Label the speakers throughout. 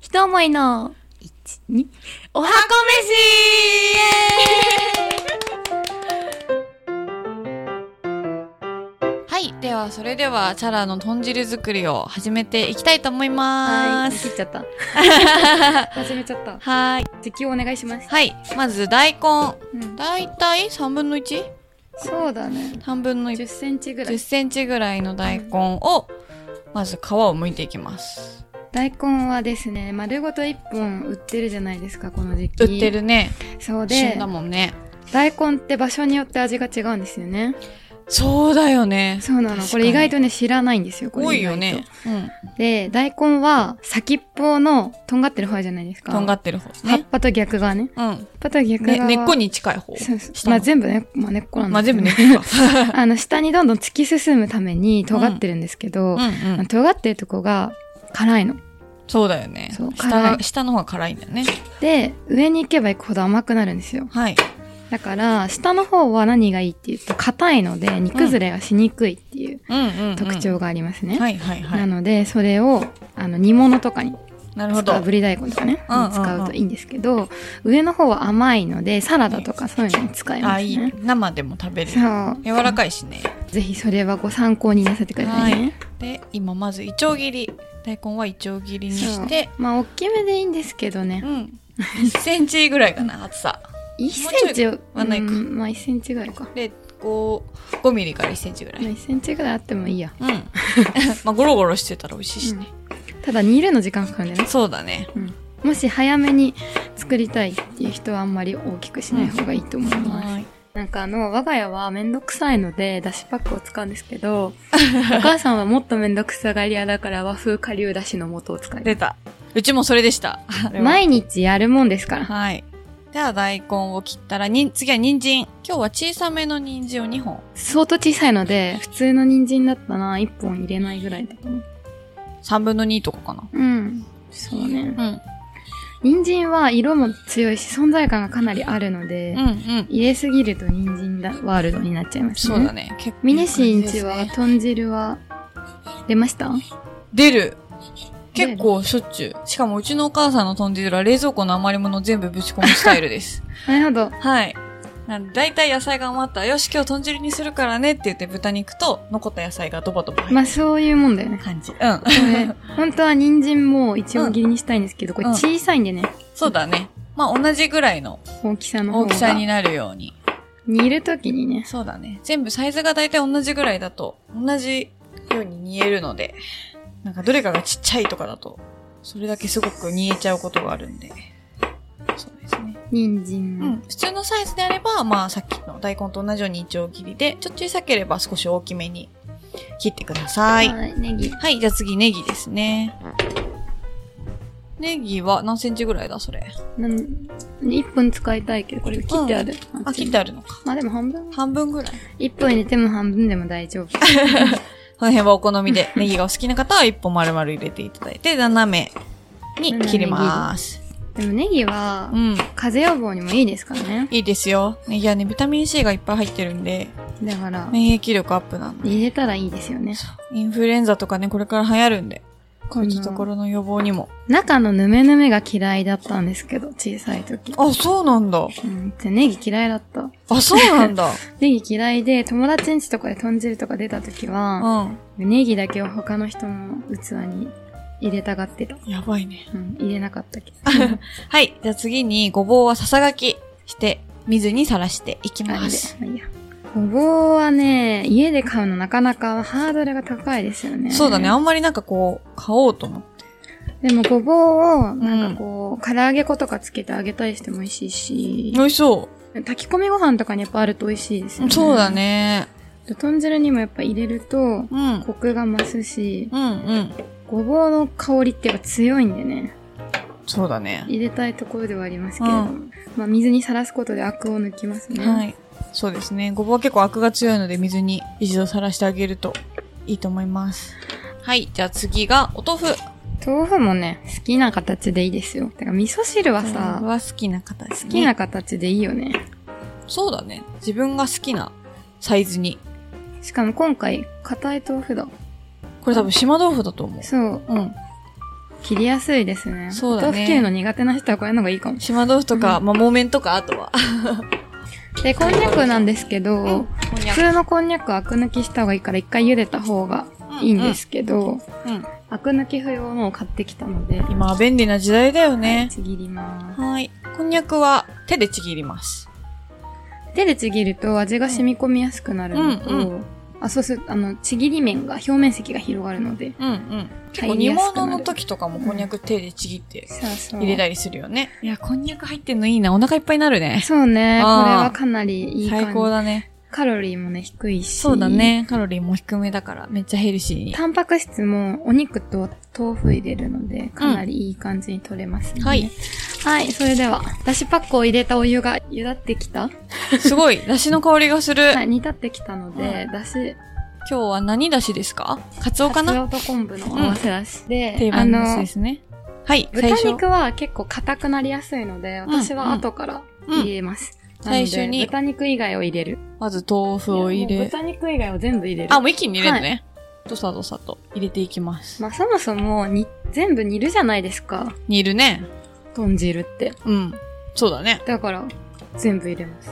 Speaker 1: ひと思いの、1、2、おはこ
Speaker 2: はいではそれではチャラの豚汁作りを始めていきたいと思い
Speaker 1: 飯は
Speaker 2: ま
Speaker 1: い、切
Speaker 2: す
Speaker 1: っちゃった。始めちゃった。
Speaker 2: はい
Speaker 1: 実況お願いします。
Speaker 2: はいまず大根
Speaker 1: うん、
Speaker 2: だいたい3分の 1?
Speaker 1: そうだね。
Speaker 2: 3分の1
Speaker 1: 10センチぐら
Speaker 2: 1
Speaker 1: い。
Speaker 2: 0ンチぐらいの大根をまず皮を剥いていきます
Speaker 1: 大根はですね、丸ごと1本売ってるじゃないですか、この時期。
Speaker 2: 売って。るね
Speaker 1: そう
Speaker 2: 旬
Speaker 1: で
Speaker 2: だ、もんね
Speaker 1: 大根って場所によって味が違うんですよね。
Speaker 2: そうだよね
Speaker 1: そうなの。これ意外とね、知らないんですよ、これ。
Speaker 2: 多いよね。うん
Speaker 1: で、大根は先っぽのとんがってる方じゃないですか。
Speaker 2: とんがってる方
Speaker 1: 葉っ
Speaker 2: ね
Speaker 1: ぱと逆側ね。
Speaker 2: うん
Speaker 1: 葉っぱと逆側
Speaker 2: ね
Speaker 1: は、
Speaker 2: 根っこに近い方
Speaker 1: そうそう。
Speaker 2: 下
Speaker 1: ま
Speaker 2: の
Speaker 1: あ全部ね、まあ根っこなん
Speaker 2: まあ
Speaker 1: です
Speaker 2: 全
Speaker 1: けど
Speaker 2: 部ねか
Speaker 1: あの、下にどんどん突き進むために尖ってるんですけど、
Speaker 2: うんう
Speaker 1: あの
Speaker 2: ん
Speaker 1: 尖ってるとこが辛いの。
Speaker 2: そうだよね
Speaker 1: そう辛
Speaker 2: 下
Speaker 1: い
Speaker 2: 下の方が辛いんだよね
Speaker 1: で、上に行けば行くほど甘くなるんですよ。
Speaker 2: はい
Speaker 1: だから、下の方は何がいいっていうと、硬いので、煮崩れがしにくいっていう
Speaker 2: うんうんうん
Speaker 1: 特徴がありますね。
Speaker 2: はいはいは
Speaker 1: ないので、それを、あの、煮物とかに
Speaker 2: なるほど
Speaker 1: 使うぶり大根とかね、
Speaker 2: うんうんうん
Speaker 1: 使うといいんですけど上の方は甘いのでサラダとかそういうのに使えま
Speaker 2: あ
Speaker 1: す
Speaker 2: いい
Speaker 1: ね。
Speaker 2: 生でも食べる
Speaker 1: そう
Speaker 2: 柔らかいしね
Speaker 1: ぜひそれはご参考になさってくださいね。
Speaker 2: で今まずいちょう切り大根はいちょう切りに
Speaker 1: そう
Speaker 2: して
Speaker 1: まあ大きめでいいんですけどね
Speaker 2: う。ん1センチぐらいかな厚さ
Speaker 1: 1センチ
Speaker 2: はないか
Speaker 1: うんまあ1センチぐらいか。ま
Speaker 2: で5 5ミリから1センチぐら
Speaker 1: あ
Speaker 2: い
Speaker 1: 1センチぐらいあってもいいや。
Speaker 2: うん まあゴロゴロしてたら美味しいしね
Speaker 1: ただ煮るの時間かかるんでね。
Speaker 2: そうだね
Speaker 1: うんもし早めに作りたいっていう人はあんまり大きくしない方がいいと思います。
Speaker 2: はい
Speaker 1: なんかあの、我が家はめんどくさいので、だしパックを使うんですけ ど、お母さんはもっとめんどくさがり屋だから和風顆粒だしの素を 使
Speaker 2: 出
Speaker 1: う。
Speaker 2: たうちもそれ でした
Speaker 1: 毎日やるもんですから。
Speaker 2: はい。では大根を切ったら、にん次は人参。今日は小さめの人参を2本。
Speaker 1: 相当小さいので、普通の人参だったら1本入れないぐらいだと思う。
Speaker 2: 3分の2とかかな。
Speaker 1: うん。そうね。
Speaker 2: うん。
Speaker 1: 人参は色も強いし、存在感がかなりあるので、
Speaker 2: うんうん。
Speaker 1: 入れすぎると人参だワールドになっちゃいますね。
Speaker 2: そうだね。結構。
Speaker 1: ミネシンチは、豚汁は、出ました
Speaker 2: 出る。
Speaker 1: 出る
Speaker 2: 結構しょっちゅう。しかもうちのお母さんの豚汁は冷蔵庫の余り物を全部ぶち込むスタイル です。
Speaker 1: なるほど。
Speaker 2: はい。なんで、大体野菜が余ったら、よし、今日豚汁にするからねって言って豚肉と残った野菜がドバドバ入る
Speaker 1: まあそういうもんだよね。
Speaker 2: 感じ。うん。
Speaker 1: こ れ本当は人参も一応切りにしたいんですけど、これ
Speaker 2: うん
Speaker 1: 小さいんでね、
Speaker 2: そうだね。まあ同じぐらいの
Speaker 1: 大きさの方
Speaker 2: 大
Speaker 1: が。
Speaker 2: きさになるように。
Speaker 1: 煮るときにね。
Speaker 2: そうだね。全部サイズが大体同じぐらいだと、同じように煮えるので、なんかどれかがちっちゃいとかだと、それだけすごく煮えちゃうことがあるんで。そうですね。
Speaker 1: 人
Speaker 2: う
Speaker 1: 参
Speaker 2: ん。。普通のサイズであれば、まあさっきの大根と同じように一丁切りで、ちょっと小さければ少し大きめに切ってください。
Speaker 1: はい、ネギ。
Speaker 2: はい、じゃあ次ネギですね。ネギは何センチぐらいだそれ。
Speaker 1: なん1分使いたいけど、これ切ってある。
Speaker 2: あ、切ってあるのか。
Speaker 1: まあでも半分。
Speaker 2: 半分ぐらい。
Speaker 1: 1分入れても半分でも大丈夫。
Speaker 2: この辺はお好みで、ネギがお好きな方は一本丸々入れていただいて、斜めに切ります。
Speaker 1: でもネギは
Speaker 2: う、ん。
Speaker 1: 風邪予防にもいいですからね。
Speaker 2: いいですよ。ネギはね、ビタミン C がいっぱい入ってるんで、
Speaker 1: だから、
Speaker 2: 免疫力アップなの。
Speaker 1: 入れたらいいですよね。
Speaker 2: インフルエンザとかね、これから流行るんで、こう
Speaker 1: こ
Speaker 2: いう
Speaker 1: の
Speaker 2: ところの予防にも。
Speaker 1: 中のヌメヌメが嫌いだったんですけど、小さい時。
Speaker 2: あ、そうなんだ。
Speaker 1: うん、でネギ嫌いだった。
Speaker 2: あ、そうなん だ。
Speaker 1: ネギ嫌いで、友達ん家とかで豚汁とか出た時は、
Speaker 2: うん。
Speaker 1: ネギだけを他の人の器に入れたがってた。
Speaker 2: やばいね。
Speaker 1: うん、入れなか ったけど。
Speaker 2: はい。じゃあ次に、ごぼうはささがきして、水にさらしていき
Speaker 1: まあ
Speaker 2: ま
Speaker 1: いい
Speaker 2: す。
Speaker 1: やまあいいや。ごぼうはね、家で買うのなかなかハードルが高いですよね。
Speaker 2: そうだね。あ。んまりなんかこう、買おうと思って。
Speaker 1: でもごぼうを、なんかこう、唐揚げ粉とかつけて揚げたりしても美味しいし
Speaker 2: 美、味しそ
Speaker 1: 炊き込みご飯とかにやっぱあると美味しいですよ
Speaker 2: う。
Speaker 1: ね。
Speaker 2: そうだ。ね。
Speaker 1: 豚汁にもやっぱ入れると、
Speaker 2: うん。
Speaker 1: コクが増すし、
Speaker 2: うんうん。
Speaker 1: ごぼうの香りってやっぱ強いんでね、
Speaker 2: そうだね。
Speaker 1: 入れたいところではありますけれども、
Speaker 2: う
Speaker 1: まあ水にさらすことでアクを抜きますね。
Speaker 2: はい。そうですね。ごぼうは結構アクが強いので水に一度さらしてあげるといいと思います。はい。じゃあ次がお豆腐。
Speaker 1: 豆腐もね、好きな形でいいですよ。だから味噌汁はさ、
Speaker 2: 豆腐は好きな方ですね。
Speaker 1: 好きな形でいいよね。
Speaker 2: そうだね。自分が好きなサイズに。
Speaker 1: しかも今回、硬い豆腐だ。
Speaker 2: これ多分島豆腐だと思う。
Speaker 1: そう。
Speaker 2: うん。
Speaker 1: 切りやすいですね。
Speaker 2: そうだね
Speaker 1: お豆腐切るの苦手な人はこういうのがいいかもし
Speaker 2: 島豆腐とか、まあ、木綿とか、あとは。
Speaker 1: れない。で、こんにゃくなんですけど、
Speaker 2: こんに
Speaker 1: 普
Speaker 2: ゃく。
Speaker 1: 通のこんにゃくはアク抜きした方がいいから一回茹でた方がいいんですけど、
Speaker 2: うん。
Speaker 1: アク抜き不要のを買ってきたので、
Speaker 2: 今は便利な時代だよね。
Speaker 1: ちぎります。
Speaker 2: はい。こんにゃくは手でちぎります。
Speaker 1: 手でちぎると味が染み込みやすくなるのと、
Speaker 2: うん
Speaker 1: あ、そうすると、あの、ちぎり面が、表面積が広がるので。
Speaker 2: うんうん。結
Speaker 1: 入
Speaker 2: 構
Speaker 1: り
Speaker 2: 煮
Speaker 1: やすくなる
Speaker 2: 物の時とかもこんにゃく手でちぎって
Speaker 1: そうそう。
Speaker 2: 入れた
Speaker 1: い。
Speaker 2: りするよね。いや、こんにゃく入ってんのいいな。お腹いっぱいになるね。
Speaker 1: そうね。こ
Speaker 2: あー
Speaker 1: れはかなりいい感じ。
Speaker 2: 最高だね。
Speaker 1: カロリーもね、低いし。
Speaker 2: そうだ。ね。カロリーも低めだから、めっちゃヘルシーに。
Speaker 1: タンパク質もお肉と豆腐入れるので、かなりいい感じに取れますね。
Speaker 2: はい。
Speaker 1: はい、それでは、だしパックを入れたお湯が茹だってきた
Speaker 2: すごい、だしの香りがす る。
Speaker 1: はい、煮立ってきたので、だし、
Speaker 2: 今日は何だしですかカツオ
Speaker 1: か
Speaker 2: か
Speaker 1: つ
Speaker 2: な
Speaker 1: おと昆布の合わせだしで
Speaker 2: 定、
Speaker 1: あ
Speaker 2: 番のだし
Speaker 1: の
Speaker 2: で、すね。はい、最
Speaker 1: 豚
Speaker 2: 初。
Speaker 1: 肉は結構硬くなりやすいので、
Speaker 2: ん
Speaker 1: 私は後から入れます。
Speaker 2: うん
Speaker 1: なので
Speaker 2: 最初に
Speaker 1: 豚肉以外を入れる。
Speaker 2: まず豆腐を入
Speaker 1: いやもう
Speaker 2: れ。
Speaker 1: 豚肉以外を全部入れる。
Speaker 2: あ、もう一気に入れるのね。どさどさと入れていきます。
Speaker 1: まあそもそもに、全部煮るじゃないですか。
Speaker 2: 煮るね。
Speaker 1: 豚汁って。
Speaker 2: うん。そうだね。
Speaker 1: だから、全部入れ ます。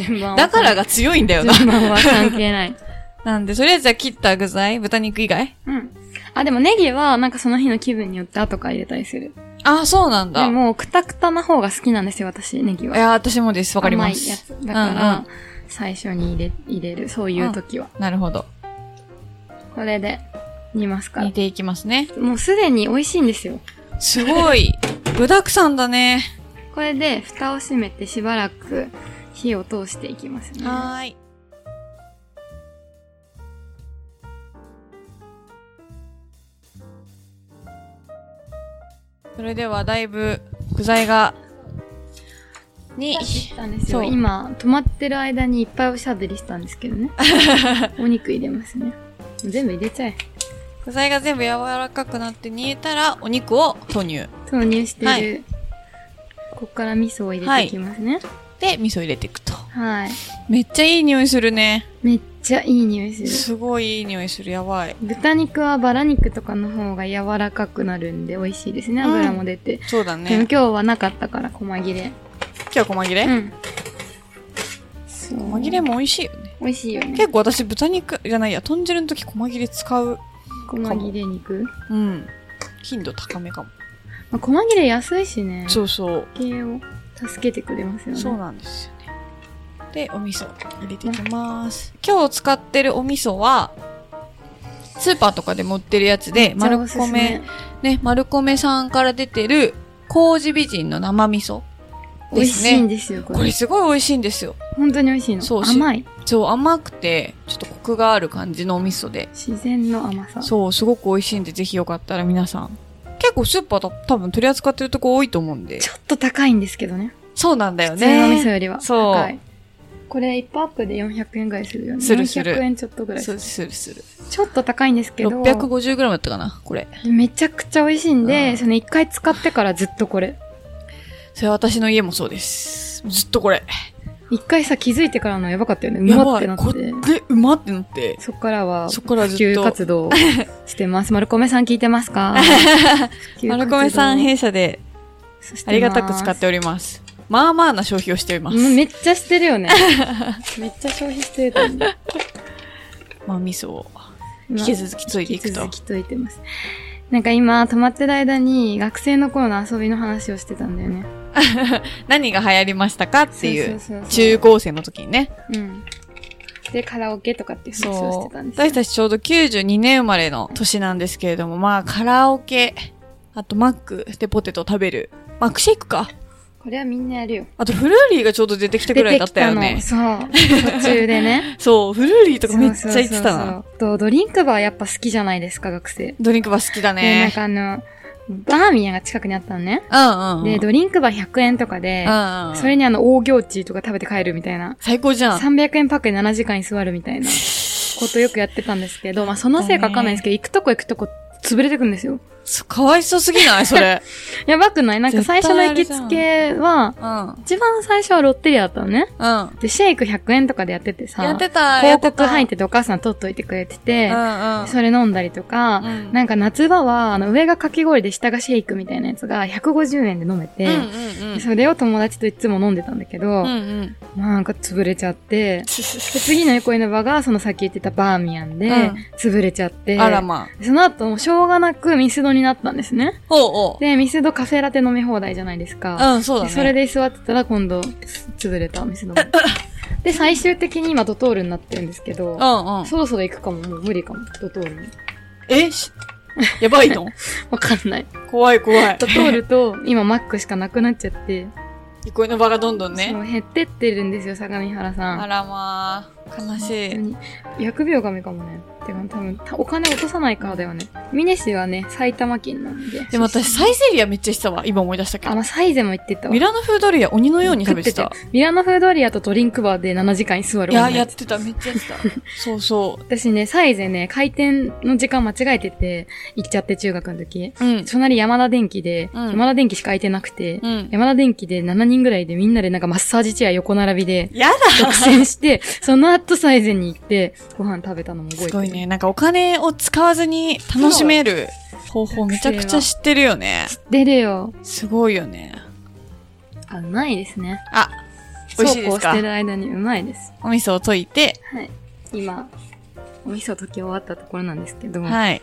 Speaker 1: 順番は。
Speaker 2: だからが強いんだよな。
Speaker 1: 順番は関係 ない。
Speaker 2: なんで、とりあえずじゃあ切った具材、豚肉以外
Speaker 1: うん。あ、でもネギは、なんかその日の気分によって後から入れたりする。
Speaker 2: あ、そうなん
Speaker 1: で
Speaker 2: だ。い
Speaker 1: も、くたくたな方が好きなんですよ、私、ネギは。
Speaker 2: や、私もです。わかりま
Speaker 1: 甘いや
Speaker 2: す。
Speaker 1: つ。だか
Speaker 2: うん
Speaker 1: ら、最初に入れ、入れる。そういう時は。
Speaker 2: なるほど。
Speaker 1: これで、煮ますから
Speaker 2: 煮。ていきますね。
Speaker 1: もうすでに美味しいんですよ。
Speaker 2: すごい。 具沢山だね。
Speaker 1: これで、蓋を閉めてしばらく火を通していきますね。
Speaker 2: はーい。それではだいぶ具材が、に
Speaker 1: で、きたんです
Speaker 2: そ
Speaker 1: よ。
Speaker 2: う
Speaker 1: 今、止まってる間にいっぱいおしゃべりしたんですけど ね。お肉入れますね。全部入れちゃえ。
Speaker 2: 具材が全部柔らかくなって煮えたらお肉を投入。
Speaker 1: 投入してる。
Speaker 2: はい
Speaker 1: こっから味噌を入れていきますね。
Speaker 2: で、味噌入れていくと。
Speaker 1: はい。
Speaker 2: めっちゃいい匂いするね。
Speaker 1: めっちゃいい匂いする。
Speaker 2: すごいいい匂いする。やばい。
Speaker 1: 豚肉はバラ肉とかの方が柔らかくなるんで美味しいですね。
Speaker 2: うん
Speaker 1: 油も出て。
Speaker 2: そうだ
Speaker 1: でも
Speaker 2: ね。
Speaker 1: 今日はなかったから、細切れ。
Speaker 2: 今日は細切れ、
Speaker 1: うん。そう。
Speaker 2: 細切れも美味しいよね。
Speaker 1: 美味しいよね。
Speaker 2: 結構私豚肉じゃないや、豚汁の時細切れ使う。
Speaker 1: 細切れ肉。
Speaker 2: うん。頻度高めかも。
Speaker 1: まあ、細切れ安いしね。
Speaker 2: そうそう。
Speaker 1: 系を助けてくれますよね。
Speaker 2: そうなんですよね。で、お味噌入れていきます。今日使ってるお味噌は、スーパーとかでも売ってるやつで、
Speaker 1: めっちゃ
Speaker 2: 丸
Speaker 1: おすすめ
Speaker 2: 米、ね、丸米さんから出てる、麹美人の生味噌
Speaker 1: 美
Speaker 2: で
Speaker 1: 味
Speaker 2: す
Speaker 1: しいん
Speaker 2: ね。
Speaker 1: ですよ、こ
Speaker 2: こ
Speaker 1: れ
Speaker 2: れ。すごい美味しいんですよ。
Speaker 1: 本当に美味しいの。
Speaker 2: そうし
Speaker 1: 甘い。
Speaker 2: そう、甘くて、ちょっとコクがある感じのお味噌で。
Speaker 1: 自然の甘さ。
Speaker 2: そう、すごく美味しいんで、ぜひよかったら皆さん。結構スーパーと多分取り扱ってるとこ多いと思うんで
Speaker 1: ち。ょっと高いんですけどね。
Speaker 2: そうなんだよ
Speaker 1: 普通の味噌
Speaker 2: ね。
Speaker 1: よりは
Speaker 2: そう
Speaker 1: 高い。これ1パックで400円ぐらいするよね。
Speaker 2: するする
Speaker 1: 400円ちょっとぐらい。
Speaker 2: そ
Speaker 1: ち
Speaker 2: うするする。
Speaker 1: ょっと高いんですけど、
Speaker 2: 650g だったかな、これ。
Speaker 1: めちゃくちゃ美味しいん
Speaker 2: う
Speaker 1: で、
Speaker 2: ん
Speaker 1: その1回使ってからずっとこれ。
Speaker 2: それ私の家もそうです。ずっとこれ。
Speaker 1: 1回さ、気づいてからのやばかったよね。う
Speaker 2: や
Speaker 1: まっ
Speaker 2: ば
Speaker 1: て
Speaker 2: い。
Speaker 1: なっ
Speaker 2: こ
Speaker 1: て。
Speaker 2: れ、うまってなって。
Speaker 1: そっからは、
Speaker 2: そ
Speaker 1: 普
Speaker 2: っからずっ
Speaker 1: 及
Speaker 2: と。
Speaker 1: 活 動をしてます。丸米さん聞いてますか
Speaker 2: 丸米さん弊社でありがたく使って
Speaker 1: お
Speaker 2: おります。まあまあな消費をしております。
Speaker 1: めっちゃしてるよ ね。めっちゃ消費してると思う。
Speaker 2: まあ味噌を
Speaker 1: 今
Speaker 2: 引き続きついて
Speaker 1: 引
Speaker 2: い
Speaker 1: き
Speaker 2: くと
Speaker 1: 続。きといてます。なんか今、泊まってる間に学生の頃の遊びの話をしてたんだよね。
Speaker 2: 何が流行りましたかっていう。
Speaker 1: そうそうそう
Speaker 2: 中高生の時にね。
Speaker 1: うん。で、カラオケとかっていう話をし
Speaker 2: そ
Speaker 1: て
Speaker 2: う。
Speaker 1: たんですよ
Speaker 2: 私たちちょうど92年生まれの年なんですけれども、まあカラオケ、あとマックでポテト食べる。マックシェイクか。
Speaker 1: これはみんなやるよ。
Speaker 2: あとフルーリーがちょうど出てきたぐらいだったよ
Speaker 1: 出
Speaker 2: ね
Speaker 1: て。きたのそう。途中でね。
Speaker 2: そう、フルーリ ーとかめっちゃ言ってた
Speaker 1: そうそう
Speaker 2: な。
Speaker 1: そうそうとドリンクバーやっぱ好きじゃないですか、学生。
Speaker 2: ドリンクバー好きだ
Speaker 1: で、なん
Speaker 2: ね。
Speaker 1: かあの、バーミヤンが近くにあったのね。
Speaker 2: うんうんうん。
Speaker 1: で、ドリンクバー100円とかで
Speaker 2: う、んうん。
Speaker 1: それにあの、大行地とか食べて帰るみたいな。
Speaker 2: 最高じゃん。
Speaker 1: 300円パックで7時間に座るみた いなことよくやってたんですけど、まあそのせいかわかんないんですけど、行くとこ行くとこ潰れてくんですよ。
Speaker 2: そかわいそうすぎない それ。
Speaker 1: やばくないなんか最初の行きつけは、
Speaker 2: うん。うん。
Speaker 1: 一番最初はロッテリアだったのね。
Speaker 2: や
Speaker 1: で、シェイク100円とかでやっててさ、
Speaker 2: ってた、やっ
Speaker 1: 広
Speaker 2: て
Speaker 1: 告
Speaker 2: た。
Speaker 1: 入っててお母さん取っといてくれてて
Speaker 2: う、んうん。
Speaker 1: それ飲んだりとか、
Speaker 2: うん
Speaker 1: なんか夏場は、あの、上がかき氷で下がシェイクみたいなやつが150円で飲めて、
Speaker 2: うんうんうん。
Speaker 1: それを友達といつも飲んでたんだけど、
Speaker 2: うんうん。
Speaker 1: なんか潰れちゃって、で次の憩いの場が、そのさっき言ってたバーミヤンで、
Speaker 2: うん
Speaker 1: 潰れちゃって、
Speaker 2: あらまあ。
Speaker 1: その後、もうしょうがなくミスドになったんですね。
Speaker 2: おうおう。
Speaker 1: で、ミスドカフェラテ飲み放題じゃないですか。
Speaker 2: うん、そうだ
Speaker 1: で
Speaker 2: ね。
Speaker 1: それで座ってたら今度、潰れたミスドも。 で、最終的に今ドトールになってるんですけど
Speaker 2: う、んうん。
Speaker 1: そろそろ行くかも、もう無理かも、ドトールに。
Speaker 2: えしやばいの
Speaker 1: わかんない。
Speaker 2: 怖い怖い
Speaker 1: ド。トールと、今マックしかなくなっちゃって、
Speaker 2: 憩いの場がどんどん
Speaker 1: そ
Speaker 2: ね。
Speaker 1: の減ってってるんですよ、相模原さん。
Speaker 2: あらまあ、悲しい。
Speaker 1: 本当に疫病神かもね。てか、多分、お金落とさないからだよね。峰氏はね、埼玉県なんで。
Speaker 2: でも私、サイゼリアめっちゃしたわ。今思い出したけ
Speaker 1: あ、
Speaker 2: ど。
Speaker 1: まあ、サイゼも行ってたわ。
Speaker 2: ミラノフードリア鬼のように食べて
Speaker 1: 食
Speaker 2: た
Speaker 1: って。てミラノフードリアとドリンクバーで7時間に座る
Speaker 2: いや、
Speaker 1: 女
Speaker 2: やってた。めっちゃやってた。そうそ
Speaker 1: 私ね、サイゼね、開店の時間間違えてて、行っちゃって中学の時。
Speaker 2: う。うん。
Speaker 1: 隣山田電機で、
Speaker 2: うん
Speaker 1: 山田電機しか空いてなくて、
Speaker 2: うん。
Speaker 1: 山田電機で7人ぐらいでみんなでなんかマッサージチェア横並びで、
Speaker 2: やだ
Speaker 1: 独占 して、その後サイゼに行って、ご飯食べたのも覚えて
Speaker 2: す
Speaker 1: る。
Speaker 2: ごいね。なんかお金を使わずに楽しめる方法めちゃくちゃ知ってるよね。
Speaker 1: 出るよ。
Speaker 2: すごいよね。
Speaker 1: あ、うまいですね。
Speaker 2: あ、美味しい
Speaker 1: そ
Speaker 2: です
Speaker 1: うこうし
Speaker 2: か
Speaker 1: てる間にうまいです。
Speaker 2: お味噌を溶いて、
Speaker 1: はい。今、お味噌溶き終わったところなんですけど、
Speaker 2: はい。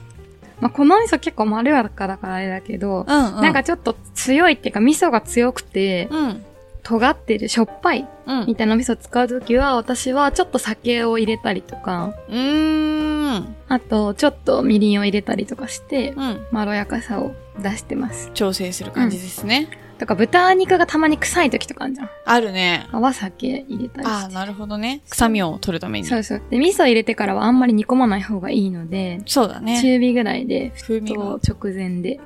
Speaker 1: まあ、このお味噌結構まろやかだからあれだけど、
Speaker 2: うんうん。
Speaker 1: なんか、ちょっと強いっていうか、味噌が強くて、
Speaker 2: うん。
Speaker 1: 尖ってる、しょっぱい
Speaker 2: うん。う
Speaker 1: みたいなお味噌使うときは、私はちょっと酒を入れたりとか、
Speaker 2: ーん。
Speaker 1: あと、ちょっとみりんを入れたりとかして、
Speaker 2: うん。
Speaker 1: まろやかさを出してます。
Speaker 2: 調整する感じですね。
Speaker 1: とか、豚肉がたまに臭いときとかあるじゃん。
Speaker 2: あるね。
Speaker 1: は酒入れたり
Speaker 2: あ
Speaker 1: し
Speaker 2: ーなるほどね。臭みを取るため
Speaker 1: て。
Speaker 2: に。
Speaker 1: そうそう。で、味噌入れてからはあんまり煮込まない方がいいので、
Speaker 2: そうだね。
Speaker 1: 中火ぐらいで、
Speaker 2: 風味を
Speaker 1: と直前で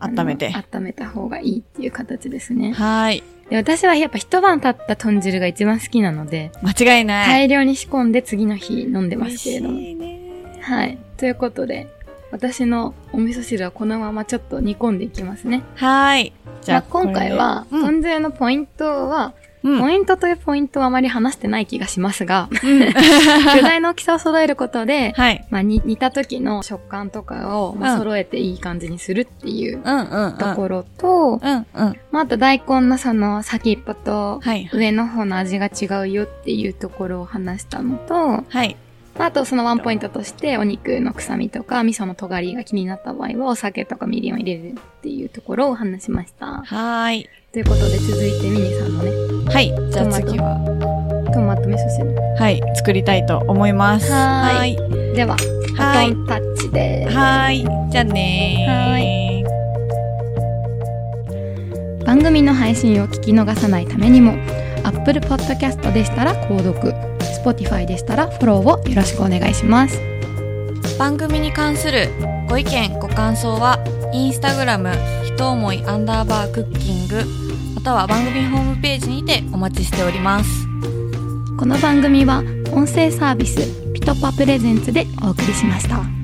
Speaker 2: 温めて。
Speaker 1: あの温めた方がいいっていう形ですね。
Speaker 2: はーい。
Speaker 1: で私はやっぱ一晩経った豚汁が一番好きなので、
Speaker 2: 間違いな
Speaker 1: 大
Speaker 2: い。
Speaker 1: 量に仕込んで次の日飲んでますけれども。
Speaker 2: いね。
Speaker 1: はい。ということで、私のお味噌汁はこのままちょっと煮込んでいきますね。
Speaker 2: はーい。じ
Speaker 1: じゃ
Speaker 2: ゃ
Speaker 1: あ
Speaker 2: あ、
Speaker 1: 今回は、
Speaker 2: これで
Speaker 1: 豚汁のポイントは、
Speaker 2: うん。う
Speaker 1: ポ
Speaker 2: ん
Speaker 1: イントというポイントはあまり話してない気がしますが、具材の大きさを揃えることで、
Speaker 2: はい。
Speaker 1: まあ、に煮た時の食感とかを、まあ
Speaker 2: うん
Speaker 1: 揃えていい感じにするっていう
Speaker 2: うんうんうん。
Speaker 1: ところと、
Speaker 2: うんうん。
Speaker 1: まあ、あと大根のその先っぽと
Speaker 2: はい。
Speaker 1: 上の方の味が違うよっていうところを話したのと、
Speaker 2: はい。
Speaker 1: あとそのワンポイントとしてお肉の臭みとか味噌の尖りが気になった場合はお酒とかみりんを入れるっていうところを話しました。
Speaker 2: はーい。
Speaker 1: ということで続いてミニさんのね、
Speaker 2: はい。じゃあ
Speaker 1: トマト
Speaker 2: 次は。
Speaker 1: トマト味噌汁。
Speaker 2: はい、作りたいと思います。
Speaker 1: はー
Speaker 2: い。
Speaker 1: では、バ
Speaker 2: は
Speaker 1: ト
Speaker 2: い。
Speaker 1: ンタッチで
Speaker 2: はーい。じゃあね
Speaker 1: は
Speaker 2: ー。
Speaker 1: す。
Speaker 2: は
Speaker 1: 番組の配信を聞き逃さないためにも、Apple Podcast でしたら購読、Spotify でしたらフォローをよろしくお願いします。
Speaker 2: い。番組に関するご意見、ご感想は、インスタグラム、ひと思いアンダーバークッキング、または番組ホームページにてお待ちしております。
Speaker 1: この番組は音声サービスピトパプレゼンツでお送りしました。